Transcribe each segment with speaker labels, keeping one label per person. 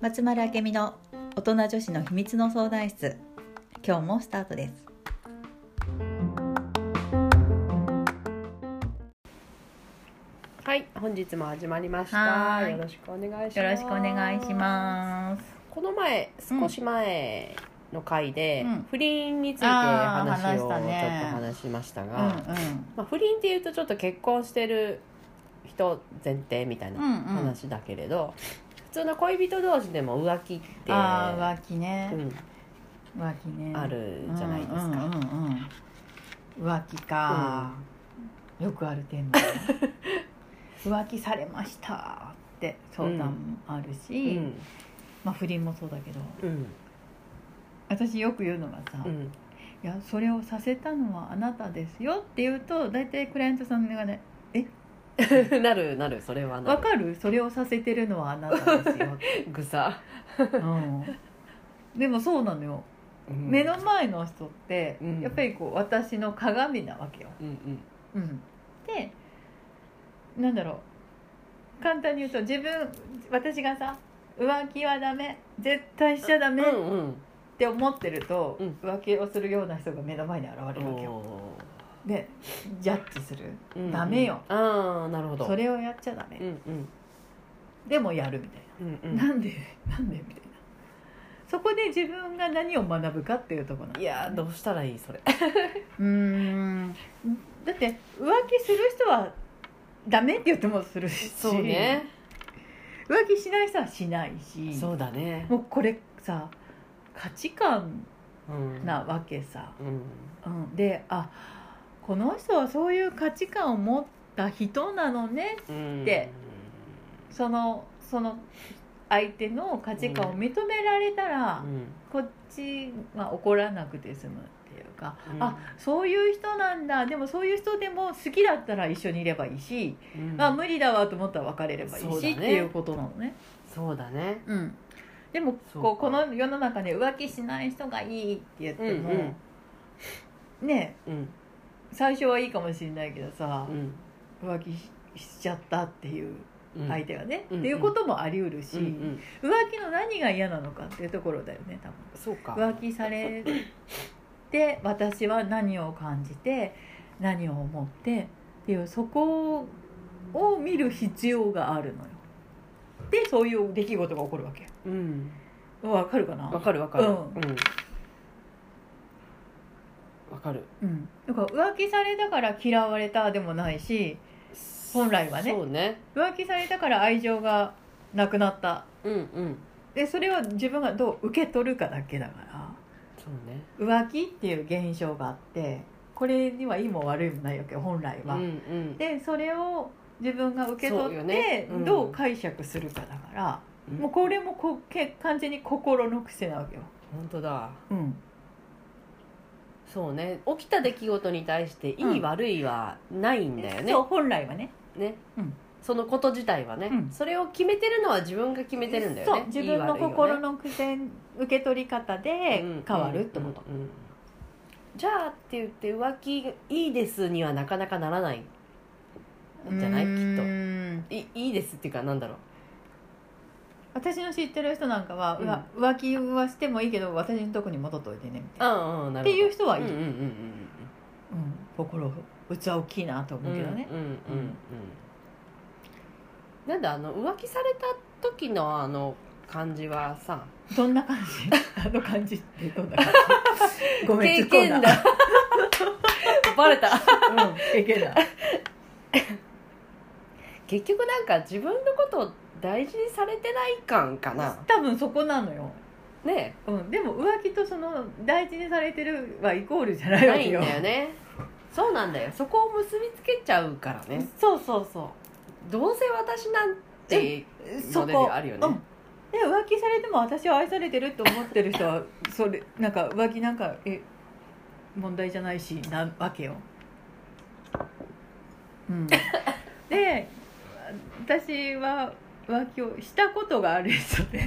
Speaker 1: 松丸明美の大人女子の秘密の相談室今日もスタートです
Speaker 2: はい、本日も始まりまし
Speaker 1: は
Speaker 2: た。
Speaker 1: ーい
Speaker 2: よろしくお願いします。
Speaker 1: よろしくお願いします
Speaker 2: この前、
Speaker 1: うん
Speaker 2: 少し前の回で、
Speaker 1: うん
Speaker 2: 不倫について
Speaker 1: あー
Speaker 2: 話をちょ
Speaker 1: 話し
Speaker 2: っと
Speaker 1: たね
Speaker 2: 話しました
Speaker 1: う
Speaker 2: が、
Speaker 1: ん
Speaker 2: まあ、不倫っていうとちょっと結婚してる人前提みたい
Speaker 1: うんうん
Speaker 2: な
Speaker 1: うん
Speaker 2: 話だけれど、普通の恋人同士でも浮気って、
Speaker 1: あー浮気ね
Speaker 2: うん
Speaker 1: 浮気ね
Speaker 2: あるじゃないですか。
Speaker 1: うんうんうんうん浮気か、よくある点 だね浮気されましたって相談もある
Speaker 2: う
Speaker 1: し、
Speaker 2: ん
Speaker 1: まあ不倫もそうだけど
Speaker 2: うん
Speaker 1: 私よく言うのがさ、
Speaker 2: う
Speaker 1: い
Speaker 2: ん
Speaker 1: やそれをさせたのはあなたですよって言うと大体クライアントさんがね
Speaker 2: なるなるそれは
Speaker 1: 「
Speaker 2: な
Speaker 1: わ
Speaker 2: る
Speaker 1: かるそれをさせてるのはあなたですよ」
Speaker 2: ぐさ、
Speaker 1: うん、でもそうなのよ、
Speaker 2: うん
Speaker 1: 目の前の人って、
Speaker 2: うん
Speaker 1: やっぱりこう私の鏡なわけよ、
Speaker 2: うんうん
Speaker 1: うん、でなんだろう簡単に言うと自分私がさ浮気はダメ絶対しちゃダメ
Speaker 2: う
Speaker 1: っ
Speaker 2: んうん
Speaker 1: て思ってると、
Speaker 2: うん
Speaker 1: 浮気をするような人が目の前に現れるわけよ
Speaker 2: おー
Speaker 1: でジャッジする
Speaker 2: うん
Speaker 1: ダメよ
Speaker 2: ああなるほど
Speaker 1: それをやっちゃダメ、
Speaker 2: うんうん
Speaker 1: でもやるみたい
Speaker 2: うんう
Speaker 1: な、
Speaker 2: ん
Speaker 1: なんでなんでみたいなそこで自分が何を学ぶかっていうところなんだ
Speaker 2: い
Speaker 1: よね
Speaker 2: やーどうしたらいいそ れ
Speaker 1: うーんだって浮気する人はダメって言ってもするし
Speaker 2: そう ね
Speaker 1: 浮気しない人はしないし
Speaker 2: そうだね
Speaker 1: もうこれさ価値観
Speaker 2: うん
Speaker 1: なわけさ、
Speaker 2: うん
Speaker 1: うん、であこの人はそういう価値観を持った人なのね
Speaker 2: うん
Speaker 1: でそのその相手の価値観を認められたら、
Speaker 2: うん
Speaker 1: こっちは怒らなくて済むっていうか、
Speaker 2: うん
Speaker 1: あそういう人なんだでもそういう人でも好きだったら一緒にいればいいし、
Speaker 2: うん
Speaker 1: あ無理だわと思ったら別れればいい
Speaker 2: そう
Speaker 1: し、
Speaker 2: だね
Speaker 1: っていうことなのね、
Speaker 2: そうだね
Speaker 1: うん、でも
Speaker 2: そう
Speaker 1: こう
Speaker 2: か
Speaker 1: この世の中で浮気しない人がいいって言っても、
Speaker 2: うん
Speaker 1: ね
Speaker 2: うん
Speaker 1: 最初はいいかもしれないけどさ
Speaker 2: う、ん
Speaker 1: 浮気ししちゃったっていう
Speaker 2: うん
Speaker 1: 相手がね、
Speaker 2: うん
Speaker 1: っていうこともあり得るし、
Speaker 2: うんうん
Speaker 1: 浮気の何が嫌なのかっていうところだよね多分。
Speaker 2: そうか
Speaker 1: 浮気されて私は何を感じて何を思ってっていうそこを見る必要があるのよでそういう出来事が起こるわけ
Speaker 2: うん
Speaker 1: わかるかな
Speaker 2: わかるわかる
Speaker 1: う
Speaker 2: うんんわかる
Speaker 1: うん、だから浮気されたから嫌われたでもないし本来はね
Speaker 2: そうね
Speaker 1: 浮気されたから愛情がなくなった
Speaker 2: うんうん
Speaker 1: でそれを自分がどう受け取るかだけだから
Speaker 2: そうね
Speaker 1: 浮気っていう現象があってこれにはいいも悪いもないわけよ本来
Speaker 2: うん
Speaker 1: は、
Speaker 2: うん
Speaker 1: でそれを自分が受け
Speaker 2: そう
Speaker 1: 取っ
Speaker 2: よ
Speaker 1: て、
Speaker 2: ねうん
Speaker 1: どう解釈するかだから、
Speaker 2: うん
Speaker 1: もうこれもこけ完全に心の癖なわけよ、
Speaker 2: 本当だ
Speaker 1: うん、
Speaker 2: そうね起きた出来事に対していい、
Speaker 1: うん
Speaker 2: 悪いはないんだよね
Speaker 1: そう本来はね
Speaker 2: ね、
Speaker 1: うん
Speaker 2: そのこと自体はね、
Speaker 1: うん
Speaker 2: それを決めてるのは自分が決めてるんだよ
Speaker 1: そ
Speaker 2: ね
Speaker 1: う自分の心の癖、受け取り方で変わるってこと、、
Speaker 2: いい悪いはねうんうんうんじゃあって言って浮気いいですにはなかなかならないじゃないきっ
Speaker 1: きっ
Speaker 2: といいいですっていうかなんだろう
Speaker 1: と私の知ってる人なんかは、うわ浮気はしてもいいけど私のとこに戻っておいてねみたいな
Speaker 2: うんうんな
Speaker 1: っ
Speaker 2: る
Speaker 1: て
Speaker 2: ほど
Speaker 1: いう人はいい、
Speaker 2: うんうんうんうん
Speaker 1: うん心器大きいなと思うけどね、
Speaker 2: うんうんうんうんなんだあの浮気された時のあの感じはさ
Speaker 1: どんな感じ あの感じってどんな感じごめん突っ込
Speaker 2: 経
Speaker 1: ん
Speaker 2: 験だ バレた
Speaker 1: うん経験だ
Speaker 2: 結局なんか自分のことを大事にされてない感かな
Speaker 1: 多分そこなのよ、
Speaker 2: ね
Speaker 1: うん、でも浮気とその大事にされてるはイコールじゃないわ
Speaker 2: な
Speaker 1: け
Speaker 2: いん
Speaker 1: よ
Speaker 2: だよねそうなんだよそこを結びつけちゃうからね
Speaker 1: そうそうそ
Speaker 2: どうせ私なんて
Speaker 1: う
Speaker 2: モデルあるよね
Speaker 1: うんで浮気されても私は愛されてるって思ってる人はそれなんか浮気なんかえ問題じゃないしなわけよ、うん、で私は浮気をしたことがある人 でも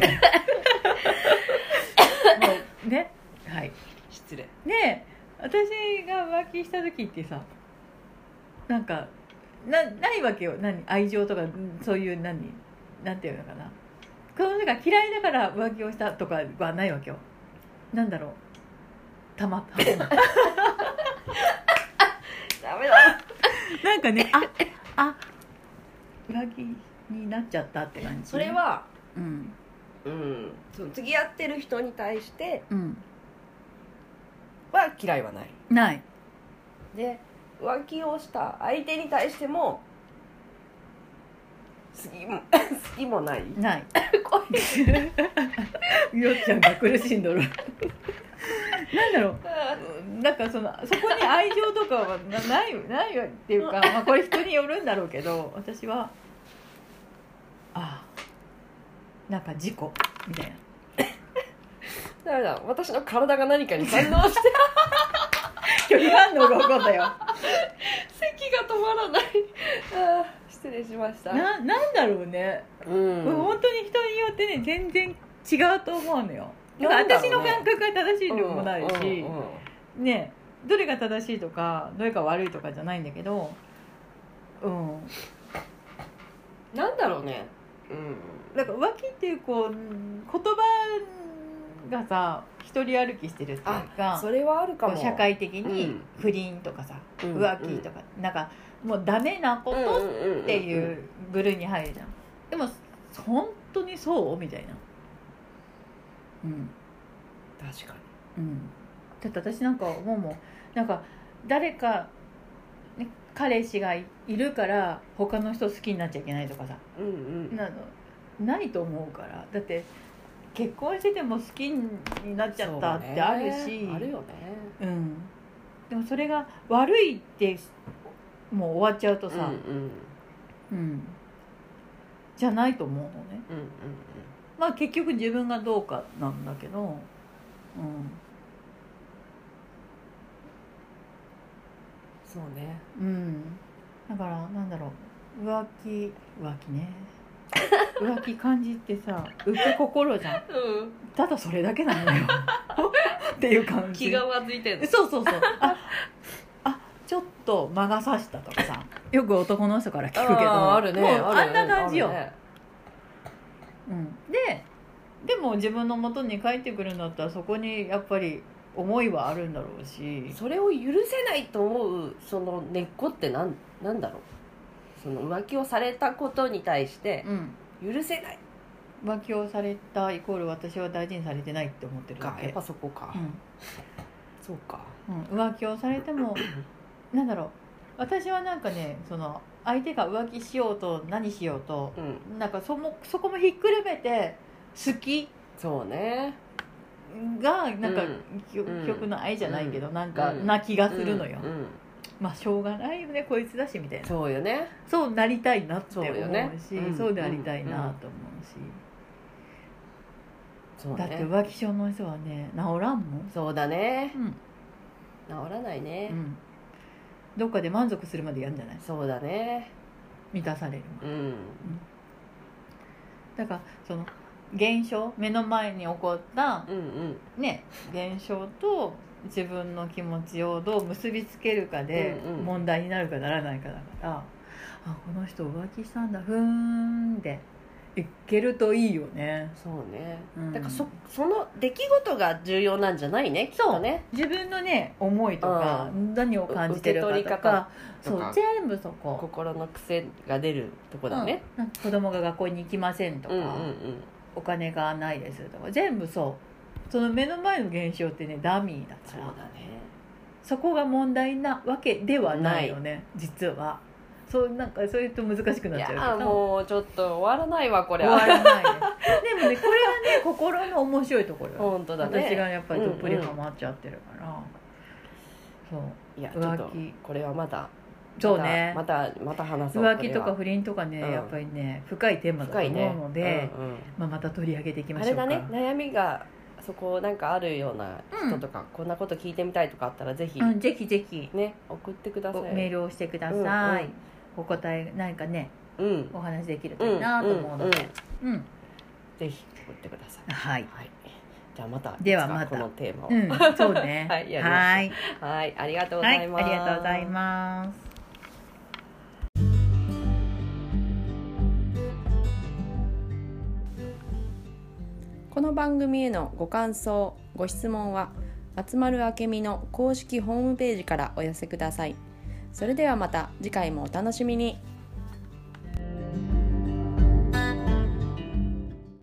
Speaker 1: うねはい
Speaker 2: 失礼
Speaker 1: ねえ私が浮気した時ってさなんかなないわけよ何愛情とかうんそういう何なんていうのかなこの人が嫌いだから浮気をしたとかはないわけよなんだろうたまたま
Speaker 2: ダメだ
Speaker 1: なんかねああ浮気になっちゃったって感じ
Speaker 2: それは
Speaker 1: うん
Speaker 2: うんその次やってる人に対して
Speaker 1: うん
Speaker 2: は嫌いはない
Speaker 1: ない
Speaker 2: で浮気をした相手に対しても好きも 好きもない
Speaker 1: ない よっちゃんが苦しんどるなんだろうなんかそのそこに愛情とかはなないないよっていうか、 まあ、これ人によるんだろうけど私はああなんか事故みたいな
Speaker 2: だめだ私の体が何かに反応して
Speaker 1: 拒否反応が起こったよ
Speaker 2: 咳が止まらないあー失礼しました
Speaker 1: ななんだろうね、
Speaker 2: うん
Speaker 1: これ本当に人によってね全然違うと思うのよだから
Speaker 2: なんだろ
Speaker 1: 私
Speaker 2: うね
Speaker 1: の感覚が正しいのもないし、
Speaker 2: うんうん
Speaker 1: ねどれが正しいとかどれが悪いとかじゃないんだけどうん
Speaker 2: なんだろうねうん
Speaker 1: なんか浮気っていうこううん言葉がさ一人歩きしてるっていう
Speaker 2: あ
Speaker 1: か
Speaker 2: それはあるか
Speaker 1: こ
Speaker 2: も
Speaker 1: う社会的
Speaker 2: う
Speaker 1: に
Speaker 2: ん
Speaker 1: 不倫とかさ、
Speaker 2: うん
Speaker 1: 浮気とか、なんかもうダメなこ
Speaker 2: うん
Speaker 1: と
Speaker 2: うんん
Speaker 1: っていう部類に入るじゃんでも本当にそうみたいなうん
Speaker 2: 確かに
Speaker 1: うん、だって私なんか思うもんなんか誰か、ね、彼氏がいいるから他の人好きになっちゃいけないとかさ
Speaker 2: うんうん
Speaker 1: なのないと思うからだって結婚してても好きになっちゃったってある
Speaker 2: そう
Speaker 1: し
Speaker 2: ねあるよね
Speaker 1: うん、でもそれが悪いってもう終わっちゃうとさ
Speaker 2: うん、うん
Speaker 1: うんじゃないと思うのね
Speaker 2: うんうん
Speaker 1: まあ結局自分がどうかなんだけど、うん、
Speaker 2: そうね
Speaker 1: うん、だからなんだろう浮気浮気 ね浮気感じってさ浮く心じゃん
Speaker 2: うん
Speaker 1: ただそれだけな のよっていう感じ
Speaker 2: 気がわついてる
Speaker 1: そうそうそうああちょっと魔が差したとかさよく男の人から聞くけど
Speaker 2: あーあるね
Speaker 1: もう
Speaker 2: る
Speaker 1: あん
Speaker 2: よ
Speaker 1: な感じよ、
Speaker 2: あるね
Speaker 1: うん、ででも自分の元に帰ってくるんだったらそこにやっぱり思いはあるんだろうし
Speaker 2: それを許せないと思うその根っこってなんなんだろうその浮気をされたことに対して
Speaker 1: うん
Speaker 2: 許せない
Speaker 1: 浮気をされたイコール私は大事にされてないって思ってるだ
Speaker 2: か
Speaker 1: け
Speaker 2: やっぱそこか、
Speaker 1: うん
Speaker 2: そうか
Speaker 1: うん、浮気をされても なんだろう私はなんかねその相手が浮気しようと何しようと
Speaker 2: うん
Speaker 1: なんかそもそこもひっくるめて好き
Speaker 2: そうね
Speaker 1: がなんか、
Speaker 2: うん
Speaker 1: きょ
Speaker 2: うん
Speaker 1: 曲の愛じゃないけど、
Speaker 2: うん
Speaker 1: なんか
Speaker 2: うん
Speaker 1: な気がするのよ、
Speaker 2: うんうん
Speaker 1: まあしょうがないよねこいつだしみたいな
Speaker 2: そうよね
Speaker 1: そうなりたいなって
Speaker 2: そう
Speaker 1: 思うし
Speaker 2: よね
Speaker 1: そう,、
Speaker 2: うん
Speaker 1: でありたいなと思うし、
Speaker 2: そう
Speaker 1: だって
Speaker 2: ね
Speaker 1: 浮気症の人はね治らんもん、
Speaker 2: そうだね
Speaker 1: うん
Speaker 2: 治らないね、
Speaker 1: うん、どっかで満足するまでやんじゃない
Speaker 2: そうだね
Speaker 1: 満たされる
Speaker 2: うん
Speaker 1: だからその現象目の前に起こった
Speaker 2: うんうん
Speaker 1: ね現象と自分の気持ちをどう結びつけるかで
Speaker 2: うんうん
Speaker 1: 問題になるかならないかだから、あこの人浮気したんだふーんでいけるといいよね
Speaker 2: そうね、
Speaker 1: うん
Speaker 2: だからそその出来事が重要なんじゃないねきっとね
Speaker 1: 自分のね思いとか
Speaker 2: う
Speaker 1: 何を感じてるかと
Speaker 2: 受け取り
Speaker 1: か
Speaker 2: 方
Speaker 1: そ
Speaker 2: と
Speaker 1: う
Speaker 2: か
Speaker 1: 全部そこ
Speaker 2: 心の癖が出るとこだね、
Speaker 1: うんなんか子供が学校に行きませんと
Speaker 2: う
Speaker 1: か、
Speaker 2: ん、うんうん
Speaker 1: お金がないですとか全部そうその目の前の現象ってねダミーだ
Speaker 2: そ
Speaker 1: か
Speaker 2: う
Speaker 1: ら
Speaker 2: だね
Speaker 1: そこが問題なわけではないよね実はそうなんかそれと難しくないっちゃうけど
Speaker 2: やーもうちょっと終わらないわこれ
Speaker 1: 終わ
Speaker 2: は
Speaker 1: らないですでもね これはね心の面白いところよ
Speaker 2: 本当だね
Speaker 1: 私がやっぱりどっぷりハマっちゃってるから、そう
Speaker 2: いやちょっと
Speaker 1: 浮気
Speaker 2: これはまだ
Speaker 1: そうね
Speaker 2: またまたまた話そう
Speaker 1: 浮気と
Speaker 2: これ
Speaker 1: か
Speaker 2: は
Speaker 1: 不倫とかね、
Speaker 2: うん
Speaker 1: やっぱりね深いテーマだと
Speaker 2: 深いね
Speaker 1: 思うので、
Speaker 2: うんうん
Speaker 1: まあ、また取り上げていきま
Speaker 2: あ
Speaker 1: しょ
Speaker 2: れ
Speaker 1: うか
Speaker 2: だね悩みがそこなんかあるような
Speaker 1: う
Speaker 2: 人
Speaker 1: ん
Speaker 2: とか、こんなこと聞いてみたいとかあったらぜひ、
Speaker 1: うん、ぜひぜひ
Speaker 2: ね送ってください
Speaker 1: メールをしてください、お答えなんかね
Speaker 2: うんうん
Speaker 1: お話できる
Speaker 2: う
Speaker 1: と
Speaker 2: ん
Speaker 1: いいなと思うの
Speaker 2: んん
Speaker 1: でうん、
Speaker 2: ぜひ送ってください
Speaker 1: はい、
Speaker 2: はいじゃあまた
Speaker 1: ではまた
Speaker 2: いつかこのテーマを、
Speaker 1: うん、そうね
Speaker 2: はいやりましょう
Speaker 1: はい
Speaker 2: はいありがとうご
Speaker 1: はいあ
Speaker 2: ざい
Speaker 1: り
Speaker 2: ます、
Speaker 1: がとうございます
Speaker 2: この番組へのご感想ご質問は集まるあけみの公式ホームページからお寄せくださいそれではまた次回もお楽しみに